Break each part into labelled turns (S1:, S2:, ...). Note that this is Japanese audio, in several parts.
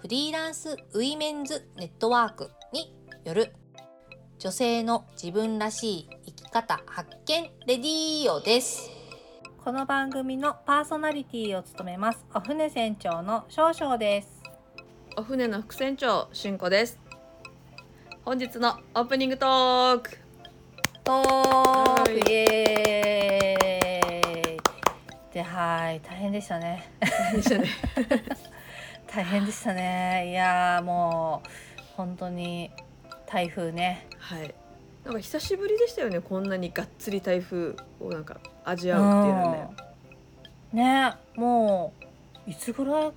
S1: フリーランスウィメンズネットワークによる女性の自分らしい生き方発見レディオですこの番組のパーソナリティを務めますお船船長の少々です
S2: お船の副船長しんこです本日のオープニングト ーク
S1: と
S2: い
S1: イエーイではい大変でしたね大変でしたねいやーもう本当に台風ね
S2: はいなんか久しぶりでしたよねこんなにがっつり台風をなんか味わうっていうのね
S1: うんねもういつぐらい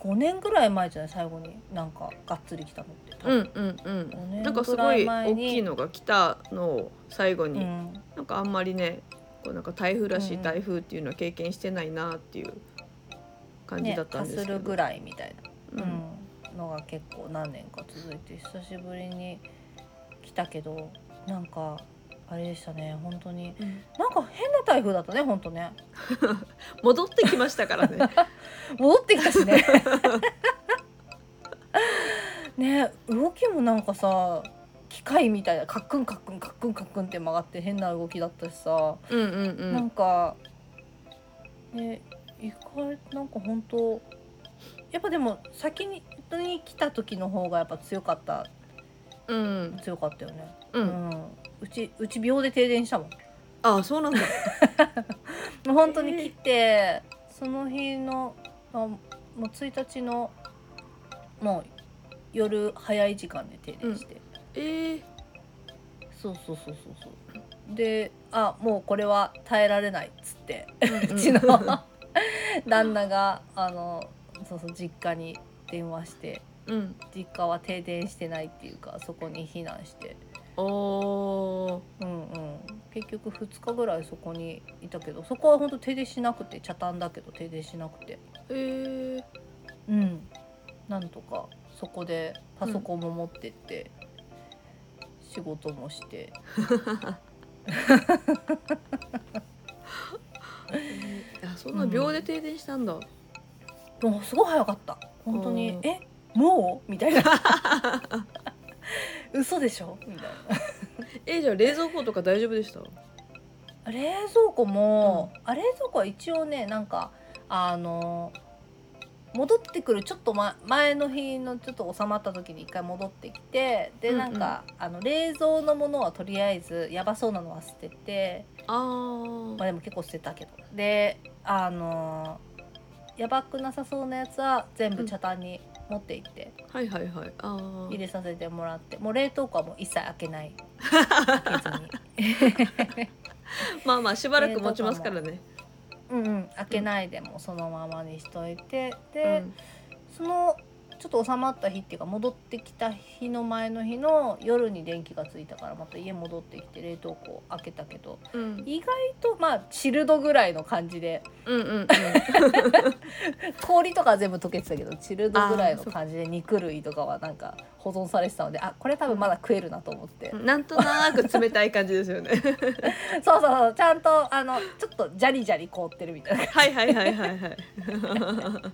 S1: 5年ぐらい前じゃない最後になんかがっつり来たのって多
S2: う
S1: 分
S2: んうんうん
S1: 五年
S2: なんかす
S1: ぐ
S2: ご
S1: ら
S2: い
S1: 前
S2: 大
S1: に
S2: きいのが来たのを最後に、
S1: うん
S2: なんかあんまりねこうなんか台風らし
S1: う
S2: い
S1: ん
S2: 台風っていうのは経験してないなっていう感じ
S1: ね
S2: だったん
S1: か
S2: ですすけど、
S1: るぐらいみたいな、
S2: うん
S1: うんのが結構何年か続いて久しぶりに来たけどなんかあれでしたね本当になんか変な台風だったね本当ね
S2: 戻ってきましたから ね
S1: 戻ってきたし ねね動きもなんかさ機械みたいなカックンカックンカックンカックンって曲がって変な動きだったしさ、
S2: うんうんうん
S1: なんかね意外なんか本当やっぱでも先に来た時の方がやっぱ強かった
S2: うん
S1: 強かったよね、
S2: う、
S1: うんん、うちうち秒で停電したもん
S2: あそうなんだ。
S1: もう本当に切ってその日のあもう1日のもう夜早い時間で停電して、
S2: ええ
S1: そうそうそうそうそうであもうこれは耐えられないっつって、
S2: ー、
S1: うちの旦那があのそうそう実家に電話して
S2: うん。
S1: 実家は停電してないっていうかそこに避難して
S2: おー
S1: うんうん結局2日ぐらいそこにいたけどそこは本当停電しなくて茶炭だけど停電しなくて
S2: ええ
S1: うん、なんとかそこでパソコンも持ってって、仕事もして
S2: ー。あそんな秒で停電したんだ。
S1: でもすごい早かった本当に
S2: う
S1: 「
S2: ん
S1: えもう?」みたいな 「嘘でしょ?」みたいな
S2: えじゃあ冷蔵庫とか大丈夫でした？
S1: 冷蔵庫も、あ冷蔵庫は一応ねなんかあの戻ってくるちょっと前前の日のちょっと収まった時に一回戻ってきてで
S2: うんうん
S1: なんか、あの冷蔵のものはとりあえずやばそうなのは捨てて
S2: あ
S1: まあ
S2: ー
S1: でも結構捨てたけどであのーやばくなさそうなやつは全部茶炭に持って行って
S2: はいはいはい。あー
S1: 入れさせてもらって、もう冷凍庫はもう一切開けない 開けずに
S2: まあまあしばらく持ちますからね。
S1: うんうん開けないでもうそのままにしといて
S2: う
S1: で、
S2: ん
S1: そのちょっと収まった日っていうか戻ってきた日の前の日の夜に電気がついたからまた家戻ってきて冷凍庫開けたけど
S2: うん
S1: 意外とまあチルドぐらいの感じ で
S2: うんうんうん。
S1: 氷とかは全部溶けてたけどチルドぐらいの感じで肉類とかはなんか保存されてたのであこれ多分まだ食えるなと思って、
S2: なんとなく冷たい感じですよ ね。
S1: そうそうそうちゃんとあのちょっとジャリジャリ凍ってるみ たいな
S2: はいはいはいはい はい。
S1: これなら多
S2: セ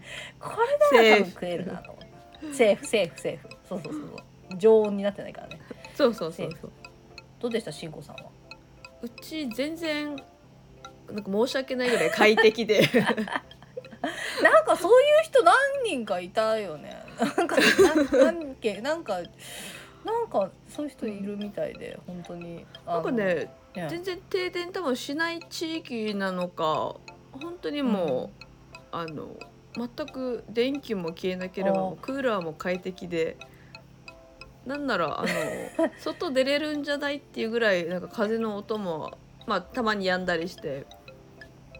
S2: ーフ
S1: 分食えるなと思ってセーフセーフセーフそうそうそうそう常温になってないからね
S2: そうそうそうそう。
S1: どうでしたしんこさんは
S2: うち全然なんか申し訳ないぐらい快適 で
S1: なんかそういう人何人かいたよねなんかなんなんけなんかなんかそういう人いるみたいで本当にあ
S2: なん
S1: の
S2: かね
S1: ね
S2: 全然停電多分しない地域なのか本当にもう、あの全く電気も消えなければ
S1: あー
S2: もうクーラーも快適でなんな らあの外出れるんじゃないっていうぐらいなんか風の音も、まあ、たまにやんだりして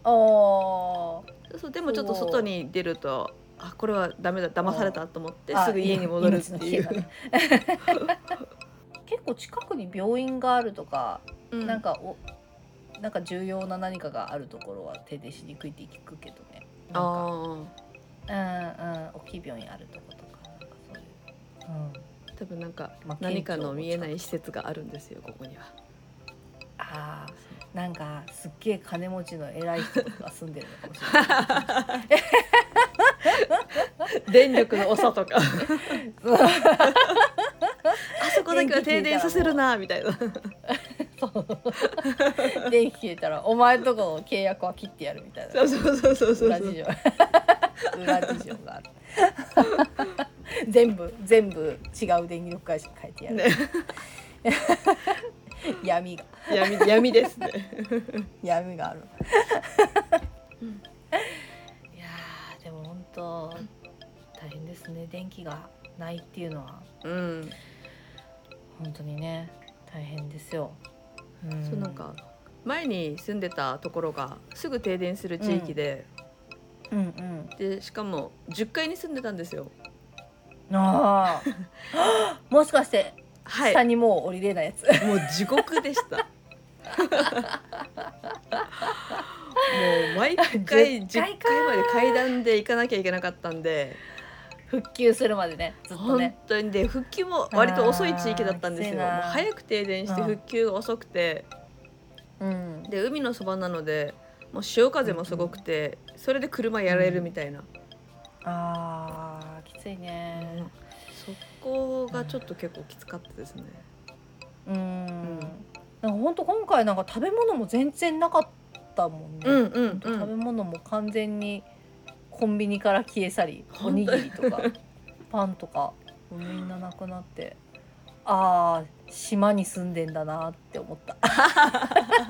S1: あー
S2: そうでもちょっと
S1: そう
S2: 外に出るとあこれはダメだ騙されたと思って
S1: あ
S2: すぐ家に戻るってい
S1: 命の危
S2: う、
S1: 結構近くに病院があるとか、
S2: う ん、
S1: なんかおなんか重要な何かがあるところは手出しにくいって聞くけどねな
S2: あ
S1: んかう
S2: ー
S1: んうん大きい病院あるとことかなんかそういう、うん
S2: 多分なんか
S1: まあ
S2: 何かの見えな
S1: 県
S2: い施設があるんですよここには
S1: 庁あーなんかすっげえ金持ちの偉い人とか住んでるのかもしれ ない
S2: 電力の長とか あ
S1: そう
S2: そこだけは停電させるなみたいな
S1: そう 電気消えたらお前んとこの契約は切ってやるみたい
S2: そ
S1: な
S2: うそうそうそうそう
S1: 裏事情裏事情 がある全部全部違う電力会社に変えてやる、
S2: ね
S1: 闇が
S2: 闇闇ですね
S1: 闇がある
S2: うん
S1: いやーでも本当大変ですね電気がないっていうのは
S2: うん
S1: 本当にね大変ですよ、うん
S2: そうなんか前に住んでたところがすぐ停電する地域で、
S1: うんうん
S2: でしかも10階に住んでたんですよ
S1: ああ もしかして
S2: はい
S1: 下にもう降りれないやつ、
S2: もう地獄で した。もう毎回
S1: 10
S2: 10
S1: 回
S2: 回
S1: か
S2: まで階段で行かなきゃいけなかったんで、
S1: 復旧するまでねずっと
S2: 本
S1: ね
S2: 当にで復旧も割と遅い地域だったんですよ。も
S1: あーきついな
S2: う早く停電して
S1: うん
S2: 復旧が遅くて、
S1: うん
S2: で海のそばなので、もう潮風もすごくて、それで車やれるみたいな、
S1: あーきついね
S2: そこがちょっと結構きつかったですね。
S1: うん
S2: ん
S1: なんか本当今回なんか食べ物も全然なかったもんね、
S2: うんうんう
S1: 食べ
S2: ん。
S1: 物も完全にコンビニから消え去りお
S2: 本
S1: に
S2: 当
S1: ぎりとか パンとかもうみんななくなってああ島に住んでんだなって思った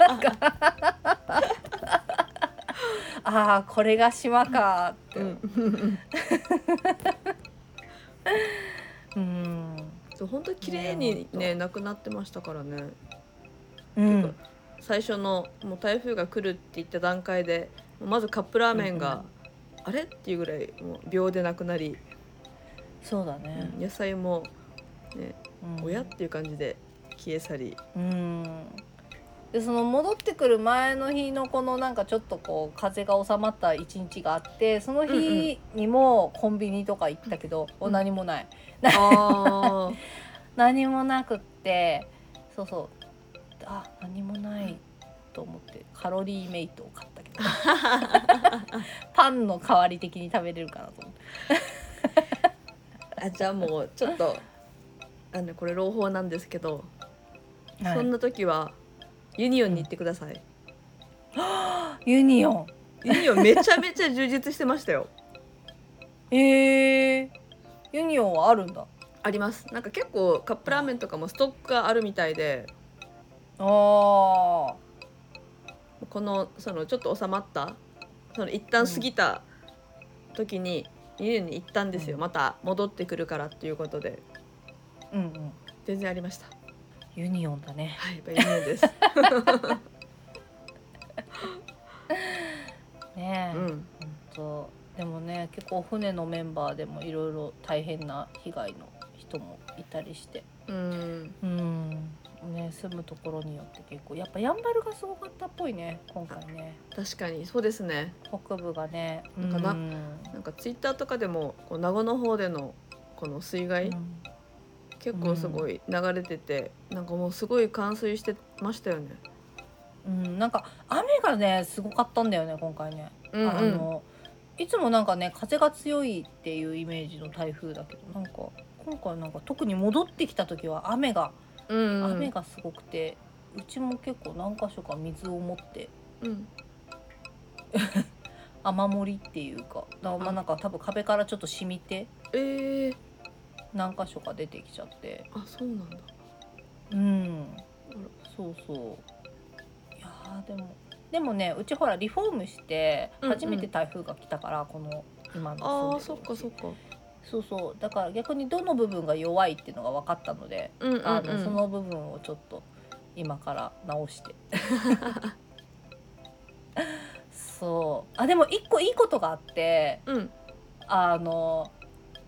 S1: なんか ああこれが島かって
S2: う
S1: うん
S2: ん、
S1: うん、
S2: そう本当に綺麗にねなくなってましたからね。
S1: うん、
S2: 最初のもう台風が来るって言った段階でまずカップラーメンが、あれっていうぐらいもう秒でなくなり、
S1: そうだね、
S2: 野菜も
S1: うん、
S2: おやっていう感じで消え去り、
S1: うんでその戻ってくる前の日のこのなんかちょっとこう風が収まった一日があってその日にもコンビニとか行ったけど、
S2: うん
S1: お何もない
S2: あ
S1: 何もなくってそうそうあ何もないと思ってカロリーメイトを買ったけど パンの代わり的に食べれるかなと思って
S2: ー あじゃあもうちょっとあのこれ朗報なんですけど、そん
S1: な
S2: な時はユニオンに行ってください、
S1: ユニオン
S2: ユニオンめちゃめちゃ充実してましたよ
S1: えー、ユニオンはあるんだ
S2: ありますなんか結構カップラーメンとかもストックがあるみたいで
S1: あー
S2: このそのちょっと収まったその一旦過ぎた時に家に行ったんですよ、
S1: うん
S2: また戻ってくるからっていうことで
S1: うんうん
S2: 全然ありました
S1: ユニオンだね
S2: はいベニー です
S1: ねえ、
S2: うん
S1: 本当でもね結構船のメンバーでもいろいろ大変な被害の人もいたりして
S2: うん
S1: うんね住むところによって結構やっぱやんばるがすごかったっぽいね今回ね
S2: 確かにそうですね
S1: 北部がね
S2: かな
S1: うん
S2: なんかツイッターとかでもこう名護の方でのこの水害、
S1: うん
S2: 結構すごい流れてて、なんかもうすごい冠水してましたよね
S1: うんなんか雨がねすごかったんだよね今回ね、
S2: うん
S1: あのいつもなんかね風が強いっていうイメージの台風だけどなんか今回なんか特に戻ってきた時は雨が
S2: うんうん
S1: 雨がすごくて、うちも結構何箇所か水を持って
S2: うん
S1: 雨漏りっていうかだまあ
S2: あ
S1: なんか多分壁からちょっと染みて
S2: えー、
S1: 何箇所か出てきちゃって
S2: あそうなんだ
S1: うん
S2: あら
S1: そうそういやーでもでもねうちほらリフォームして
S2: うんうん
S1: 初めて台風が来たから、この今
S2: あ
S1: の
S2: ー
S1: 住ん
S2: そっ
S1: でる
S2: かそっ
S1: うち
S2: か
S1: そうそうだから逆にどの部分が弱いっていうのが分かったので、
S2: うんうん、うん、
S1: あのその部分をちょっと今から直してそうあでも一個いいことがあって
S2: うん
S1: あの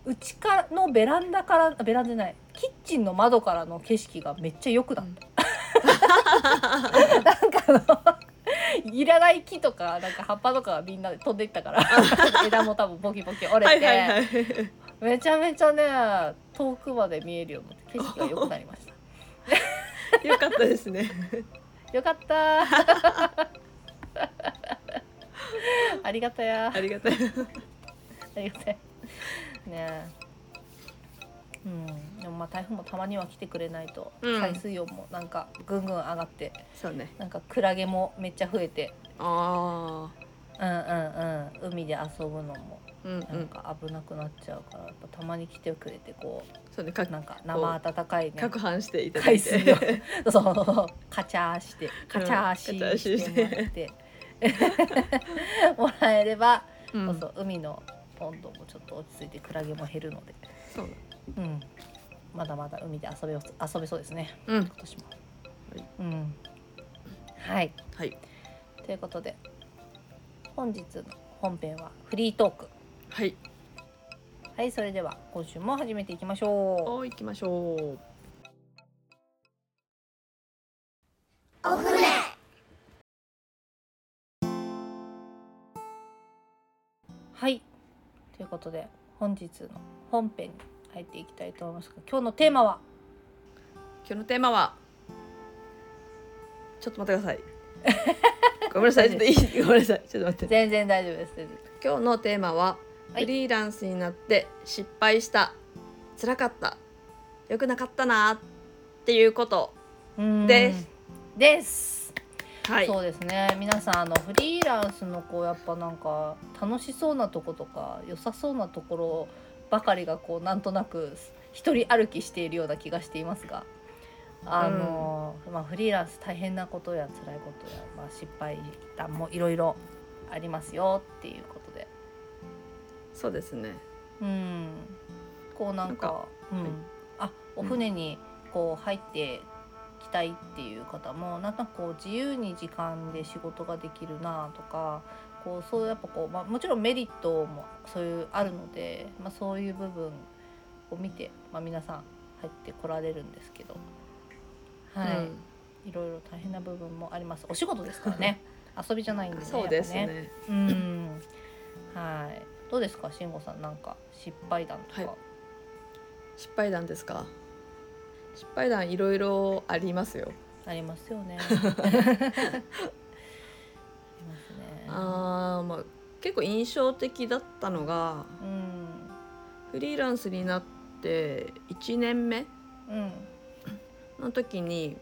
S1: うちからのベランダからベランダじゃないキッチンの窓からの景色がめっちゃ良くなったなんかあのいらない木とかなんか葉っぱとかがみんなで飛んでいったから枝も多分ボキボキ折
S2: は
S1: れ
S2: い
S1: て、
S2: はいはい。
S1: めちゃめちゃね遠くまで見えるようになって景色が良くなりました
S2: よかったですね。
S1: よかったーありがたや
S2: ありがたい。
S1: ありがたいねえうんでもまあ台風もたまには来てくれないと、
S2: うん
S1: 海水温もなんかぐんぐん上がって
S2: そうね。
S1: なんかクラゲもめっちゃ増えて
S2: あ
S1: うんうんうん海で遊ぶのも
S2: あ。うんう
S1: なん
S2: ん。
S1: か危なくなっちゃうからやっぱたまに来てくれてこ
S2: そうね。か
S1: うなんか生温かいね
S2: 攪拌していただ
S1: 海
S2: いて
S1: 水。を そうカチャーしてカチャー
S2: カチャー
S1: し
S2: シー
S1: し
S2: して
S1: てもらって もらえれば、
S2: うん
S1: そうそう海の温度もちょっと落ち着いてクラゲも減るので、
S2: そう
S1: うん、まだまだ海で遊べよ遊べそうですね
S2: だ。うん
S1: 今。年も。うん、はい
S2: はい。
S1: ということで本日の本編はフリートーク。
S2: はい。
S1: はい、それでは今週も始めていきましょ
S2: お行きましょう。
S3: おふね
S1: う。はい、ということで本日の本編に入っていきたいと思いますが、今日のテーマは
S2: 今日のテーマは。ちょっと待ってくださ い。ごめんなさい。ちょっといい。ごめんなさい。ちょっと待って。
S1: 全然大丈夫です。全然
S2: 今日のテーマは。
S1: は
S2: フ
S1: い
S2: リーランスになって失敗した。辛かった。良くなかったな。っていうこと。
S1: うーん
S2: です。
S1: です。
S2: はい。
S1: そうですね。皆さんあのフリーランスのこうやっぱなんか楽しそうなとことか良さそうなところばかりがこうなんとなく一人歩きしているような気がしていますが。あのまあ、フリーランス大変なことや辛いことや、まあ、失敗談もいろいろありますよっていうことで
S2: そうですね。
S1: うん、こうなんかうん
S2: はい
S1: あお船にこう入ってきたいっていう方も、なんかこう自由に時間で仕事ができるなとかこうそうやっぱこう、まあ、もちろんメリットもそういうあるので、まあ、そういう部分を見て、まあ、皆さん入ってこられるんですけど、はい
S2: うん
S1: いろいろ大変な部分もありますお仕事ですから ね遊びじゃないんで、ね、
S2: そうです
S1: やっぱ
S2: ね。
S1: うんはい。どうですか、慎吾さん、なんか失敗談とか。
S2: は失敗談ですか失敗談いろいろありますよ
S1: ありますよ ね。ありますね。
S2: あー、まあ、結構印象的だったのが
S1: うん。
S2: フリーランスになって1年目
S1: うん。
S2: の時にやっ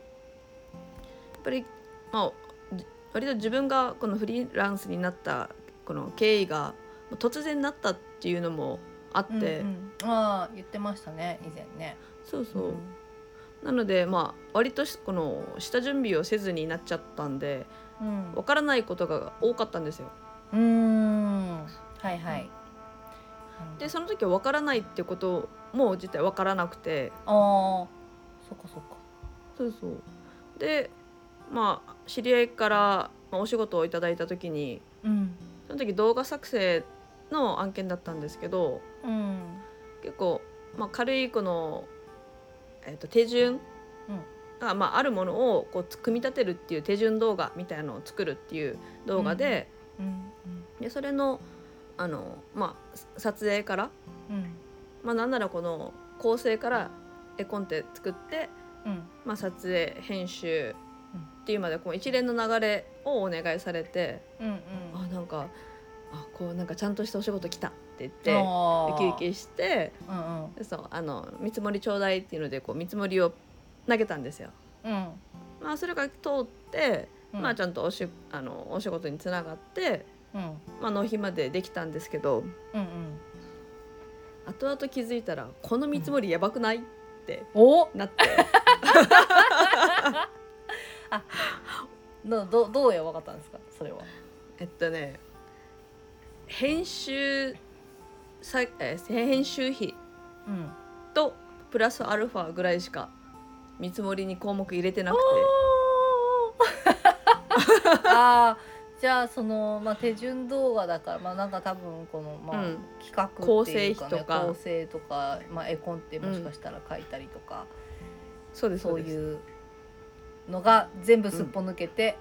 S2: ぱり、まあ、じ割と自分がこのフリーランスになったこの経緯がまあ突然なったっていうのもあっ
S1: うん
S2: て、
S1: うんああ、言ってましたね、以前ね。
S2: そうそう、なのでまあ割としこの下準備をせずになっちゃったんで
S1: うん。
S2: わからないことが多かったんですよ。
S1: うん。うん。はいはい。
S2: でその時は分からないってことも実際分からなくて
S1: ああ。そっかそっか。
S2: そうそうでまあ知り合いからまあお仕事をいただいた時に
S1: うん。
S2: その時動画作成の案件だったんですけど
S1: うん。
S2: 結構、まあ、軽いこの、えっと手順が、まあ、あるものをこうつ組み立てるっていう手順動画みたいなのを作るっていう動画で,、
S1: うん。
S2: でそれのあの、まあ、撮影から、
S1: うん。
S2: まあなんならこの構成から絵コンテ作って
S1: うん。
S2: まあ、撮影編集
S1: うん
S2: っていうまでこう一連の流れをお願いされて、
S1: うん。うん。
S2: あなんかあこうなんかちゃんとしたお仕事来たって言ってウ
S1: あ
S2: キウ
S1: ー
S2: キして
S1: うんうん。
S2: そうあの見積もりちょうだいっていうのでこう見積もりを投げたんですよ。
S1: うん。
S2: まあ、それが通って、
S1: うん
S2: まあ、ちゃんとおしあのお仕事につながって、
S1: うん。
S2: まあ、納品までできたんですけど
S1: うんうん。
S2: 後々気づいたら「この見積もりやばくない?」って
S1: お
S2: なって
S1: どどどうやばかったんですかそれは。
S2: えっとね編集さ、えー編集費
S1: うん。
S2: とプラスアルファぐらいしか見積もりに項目入れてなく て
S1: ああじゃあその、まあ、手順動画だからまあなんか多分この、まあ
S2: うん
S1: 企画っていうか、ね、
S2: 構成費とか
S1: 構成とか、まあ、絵コンってもしかしたら書いたりとか、
S2: そうです
S1: そう
S2: う
S1: いうのが全部すっぽ抜けて、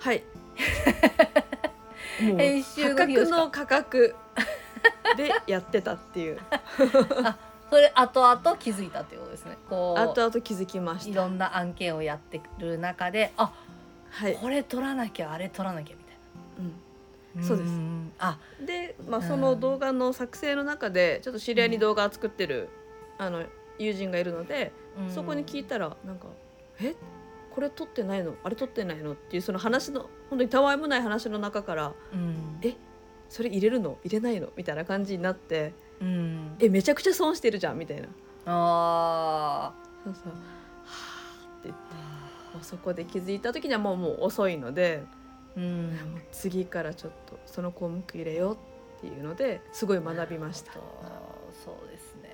S2: はい もう
S1: 編集
S2: 破
S1: の費用
S2: 格
S1: しか
S2: の 価格でやってたっていう
S1: それ後々気づいたっていうことですねこう
S2: 後々気づきまし
S1: い
S2: た
S1: ろんな案件をやってる中であ
S2: はい、
S1: これ取らなきゃあれ取らなきゃみたい
S2: うん
S1: な
S2: そうです
S1: んあ
S2: で、まあ、
S1: うん
S2: その動画の作成の中でちょっと知り合いに動画作ってる、あの友人がいるので、そこに聞い
S1: て
S2: たらなんか「えこれ撮ってないのあれ撮ってないの?」っていうその話の本当にたわいもない話の中から
S1: うん
S2: え「それ入れるの入れないの?」みたいな感じになって
S1: うん
S2: 「えめちゃくちゃ損してるじゃん」みたいな。
S1: あ
S2: そうそうはあって
S1: ーあ
S2: もうそこで気づいた時にはもうもう遅いので、
S1: ーう
S2: い
S1: ん
S2: やもう次からちょっとその項目入れようっていうのですごい学びました
S1: な。るほどそうですね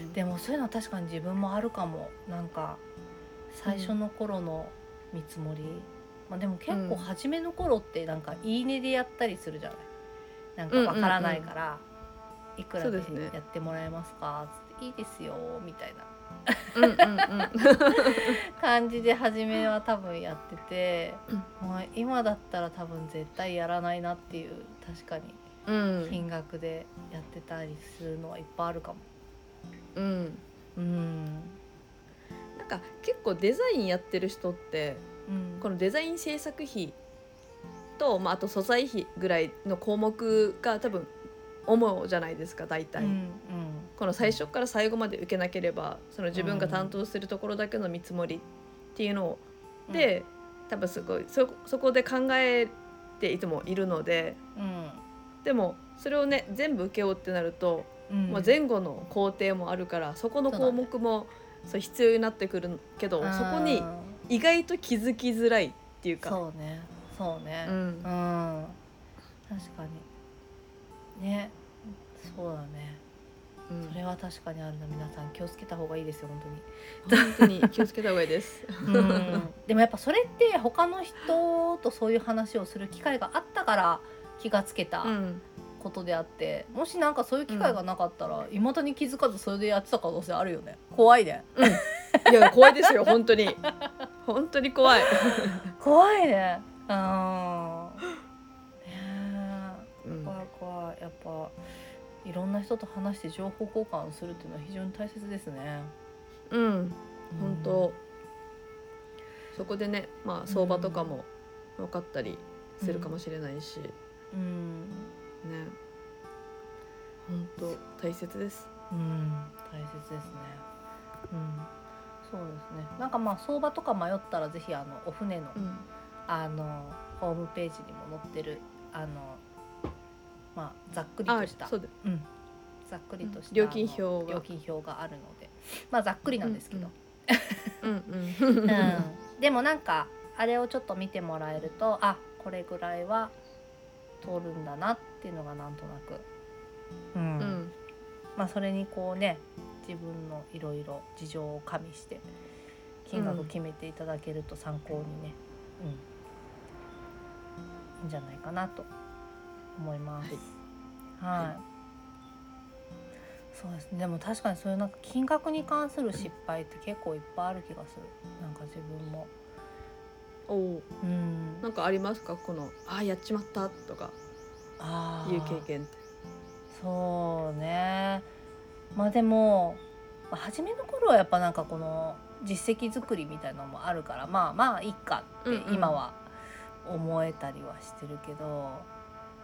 S2: うん
S1: でもそういうのは確かに自分もあるかもなんか最初の頃の見積もり、まあ、でも結構
S2: うん
S1: 初めの頃ってなんか「いいね」でやったりするじゃないなんかわからないから「いくら
S2: そう
S1: で
S2: ですね
S1: やってもらえますか?」つって「いいですよ」みたいな
S2: うんうんうん
S1: 感じで初めは多分やってて、
S2: うん
S1: もう今だったら多分絶対やらないなっていう確かに
S2: うん
S1: 金額でやってたりするのはいっぱいあるかも。
S2: うん
S1: うん、
S2: なんか結構デザインやってる人って
S1: うん、
S2: このデザイン制作費と、まあ、あと素材費ぐらいの項目が多分主じゃないですか大体、
S1: うん
S2: この最初から最後まで受けなければその自分が担当するところだけの見積もりっていうのを
S1: うん、
S2: で、多分すごいそそこで考えていつもいるので
S1: うん、
S2: でもそれをね全部受けようってなると、
S1: うん
S2: まあ、前後の工程もあるからそこの項目もそう必要になってくるけど
S1: うん
S2: そこに意外と気づきづらいっていうか。
S1: そうねそうね
S2: う
S1: うん、
S2: ん
S1: 確かにねそうだね
S2: うん
S1: それは確かにあるの皆さん気をつけた方がいいですよ本当に
S2: 本当に気をつけた方がいいです。
S1: うん でもやっぱそれって他の人とそういう話をする機会があったから気がつけた
S2: うん、
S1: ことであって、もしなんかそういう機会がなかったらいま、未だに気づかずそれでやってた可能性あるよね怖いね
S2: いや怖いですよ本当に本当に 怖い。
S1: 怖いねうんね
S2: うん
S1: え怖い怖いやっぱいろんな人と話して情報交換をするっていうのは非常に大切ですね
S2: うん、本当、そこでね、まあ、相場とかも分かったりするかもしれないし、
S1: うん、
S2: ね本当大切です。
S1: うん、大切ですね。うん、そうですね。なんかまあ相場とか迷ったらぜひあのお船の、
S2: うん、
S1: あのホームページにも載ってるあのまあざっくりとした
S2: そうで
S1: うん、ざっくりとした、
S2: うん料金表が
S1: あの料金表があるので、まあざっくりなんですけど、
S2: うん
S1: うんでもなんかあれをちょっと見てもらえるとあこれぐらいは通るんだなっていうのがなんとなく、
S2: うんうん
S1: まあ、それにこうね自分のいろいろ事情を加味して金額を決めていただけると参考にね、うんいいんじゃないかなと思います。はい、
S2: はい
S1: そうですねでも確かにそういうなんか金額に関する失敗って結構いっぱいある気がするなんか自分も。
S2: おお
S1: うん
S2: なんかありますかこのああやっちまったとか
S1: あー
S2: いう経験って。
S1: そうねまあでもまあ初めの頃はやっぱなんかこの実績作りみたいなのもあるからまあまあいっかっ
S2: うんう
S1: て
S2: ん
S1: 今は思えたりはしてるけど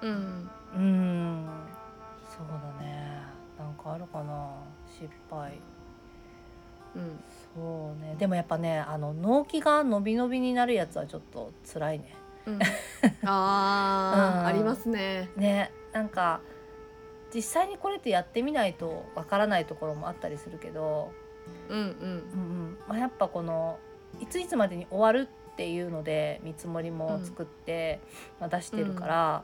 S2: うん
S1: うーんそうだねなんかあるかな失敗
S2: うん
S1: そうねでもやっぱねあの納期が伸び伸びになるやつはちょっと辛いね
S2: うん、
S1: う
S2: ああ
S1: ん
S2: ありますね。
S1: ねなんか実際にこれってやってみないとわからないところもあったりするけど
S2: うん
S1: うんうんまあ、やっぱこのいついつまでに終わるっていうので見積もりも作って、まあ、出してるから、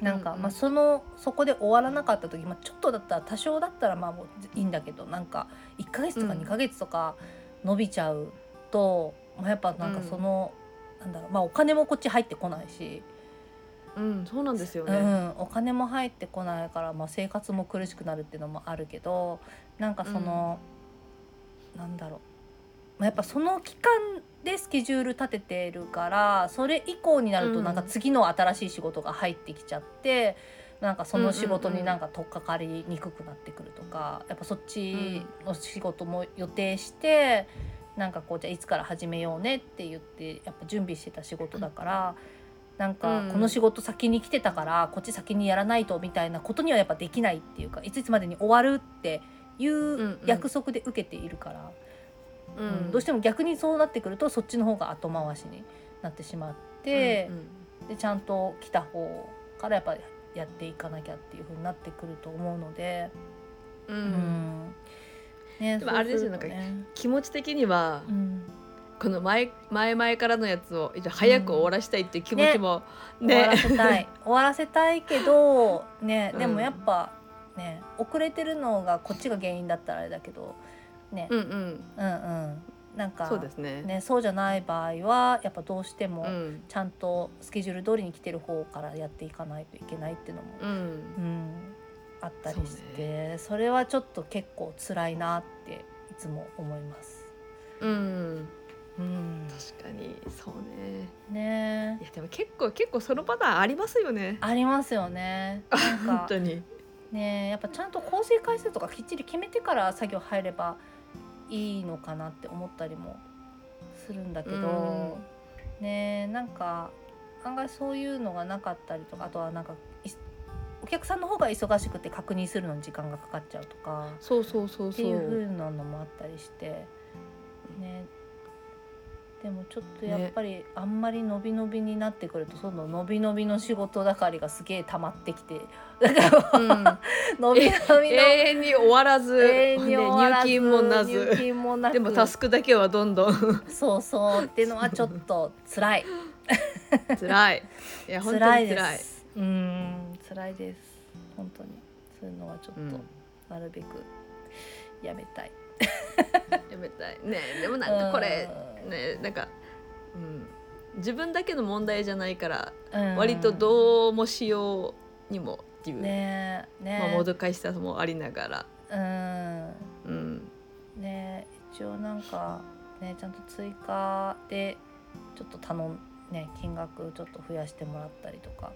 S1: なんか、
S2: うんうん
S1: まあ、そのそこで終わらなかった時、まあ、ちょっとだったら多少だったらまあもういいんだけどなんか1ヶ月とか
S2: うん
S1: 2ヶ月とか伸びちゃうと、まあ、やっぱなんかその、なんだろうまあお金もこっち入ってこないし、
S2: うん、そうなんですよ
S1: う
S2: ね。
S1: ん、お金も入ってこないから、まあ、生活も苦しくなるっていうのもあるけどなんかその、なんだろう、まあ、やっぱその期間でスケジュール立ててるからそれ以降になる
S2: う
S1: と
S2: ん
S1: なんか次の新しい仕事が入ってきちゃって。なんかその仕事
S2: うんうんう
S1: に
S2: ん
S1: なんか取っかかりにくくなってくるとか、やっぱそっちの仕事も予定して、なんかこうじゃあいつから始めようねって言ってやっぱ準備してた仕事だから、なん
S2: う
S1: か
S2: ん
S1: この仕事先に来てたからこっち先にやらないとみたいなことにはやっぱできないっていうかいついつまでに終わるってい
S2: んうん
S1: う約束で受けているから、
S2: う
S1: うんどうしても逆にそうなってくるとそっちの方が後回しになってしまって、
S2: うんうん
S1: でちゃんと来た方からやっぱやっていかなきゃっていう風になってくると思うので、
S2: う
S1: うんね
S2: でもあれですよ
S1: そうるとね
S2: 気持ち的には、
S1: うん
S2: この前前々からのやつを一応早く終わらしたいっていう気持ちも、
S1: 終わ
S2: ね
S1: らせた い終わらせたいけどね
S2: うん
S1: でもやっぱね遅れてるのがこっちが原因だったらあれだけどね、
S2: うんうん
S1: うん、うんなんか
S2: そうですね
S1: ねそうじゃない場合はやっぱどうしても
S2: うん
S1: ちゃんとスケジュール通りに来てる方からやっていかないといけないっていうのも、
S2: うん
S1: うん、あったりしてそ,、
S2: そう
S1: れはちょっと結構辛いなっていつも思います。
S2: うん
S1: うん、
S2: 確かにそうね
S1: ね
S2: いやでも結構結構そのパターンありますよね
S1: ありますよね。なんか
S2: 本当に
S1: ねえやっぱちゃんと構成回数とかきっちり決めてから作業入ればいいのかなって思ったりもするんだけど、ねえなんか案外そういうのがなかったりとかあとはなんかいお客さんの方が忙しくて確認するのに時間がかかっちゃうとか
S2: そうそうそう
S1: って
S2: そう
S1: いう風なのもあったりしてねでもちょっとやっぱりあんまり伸び伸びになってくるとその伸び伸びの仕事ばかりがすげえ溜まってきてだから
S2: うん、
S1: 伸び伸びの
S2: 永遠に終わらず
S1: 永遠に終わらず
S2: ね入金もな
S1: 入
S2: ず
S1: 金もなく
S2: でもタスクだけはどんど ん
S1: そうそうっていうのはちょっと辛い
S2: 辛いいや本当に
S1: 辛
S2: 辛
S1: い
S2: い
S1: ですうーん辛いです本当にそういうのはちょっと、
S2: うん
S1: なるべくやめたい
S2: やめたいねでもなんかこれ
S1: うん
S2: ねなんか、うん、自分だけの問題じゃないから
S1: うん
S2: 割とどうもしようにもっていう、
S1: ねえね
S2: まあ、
S1: え
S2: もどかしさもありながら、
S1: うん
S2: うん、
S1: ね一応なんかねちゃんと追加でちょっと頼んね金額ちょっと増やしてもらったりとか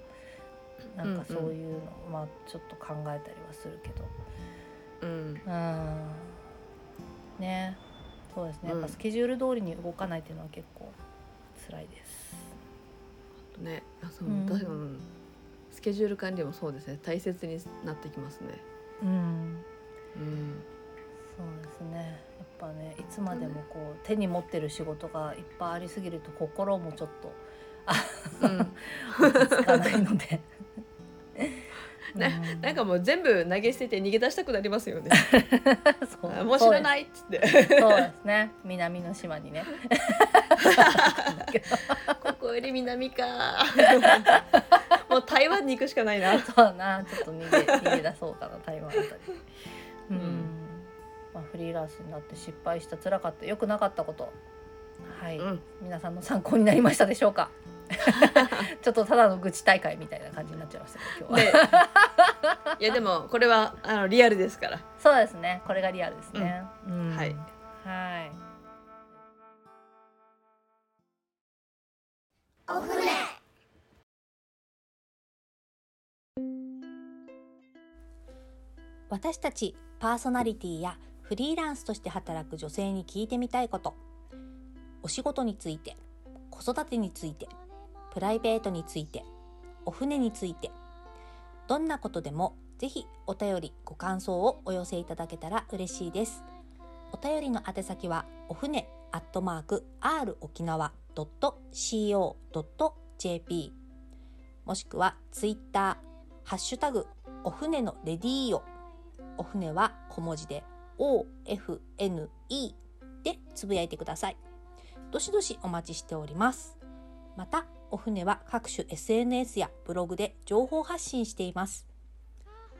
S1: なんかそういうの、まあちょっと考えたりはするけど
S2: うん、
S1: うんねそうですねやっ
S2: う
S1: ぱ
S2: ん
S1: スケジュール通りに動かないっていうのは結構辛いです
S2: ねあそう
S1: うん
S2: 確かにうんスケジュール管理もそうですね大切になってきますね。
S1: うん
S2: うん、
S1: そうですねやっぱねいつまでもこう手に持ってる仕事がいっぱいありすぎると心もちょっと
S2: うん、
S1: 落ち着かないの でう
S2: なんかもう全部投げ捨てて逃げ出したくなりますよね。
S1: そう
S2: あもう知らないっつって。
S1: そうですね南の島にね
S2: ここより南か。 もう台湾に行くしかないな。
S1: そうだなちょっと逃げ逃げ出そうかな台湾あたりうん、
S2: うん
S1: まあ、フリーランスになって失敗した辛かった良くなかったことはい、
S2: うん、
S1: 皆さんの参考になりましたでしょうか ちょっとただの愚痴大会みたいな感じになっちゃいましたね今日は、
S2: でいやでもこれはあのリアルですから。
S1: そうですねこれがリアルですね、うん
S2: はい
S1: はい
S3: おふね私たちパーソナリティやフリーランスとして働く女性に聞いてみたいことお仕事について子育てについてプライベートについてお船についてどんなことでもぜひお便りご感想をお寄せいただけたら嬉しいですお便りの宛先はお船アットマーク r 沖縄 .co.jp もしくはツイッターハッシュタグお船のレディーよお船は小文字で OFNE でつぶやいてくださいどしどしお待ちしておりますまたお船は各種 SNS やブログで情報発信しています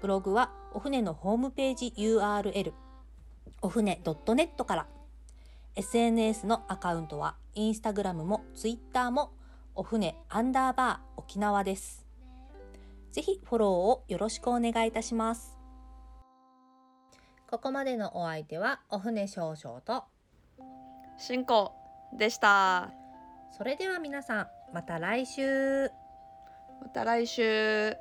S3: ブログはお船のホームページ URL お船 .net から SNS のアカウントはインスタグラムもツイッターも
S1: お船アンダーバー沖縄です。ぜひフォローをよろしくお願いいたします。ここまでのお相手はお船少々と、
S2: 進行でした
S1: それでは皆さんまた来週。
S2: また来週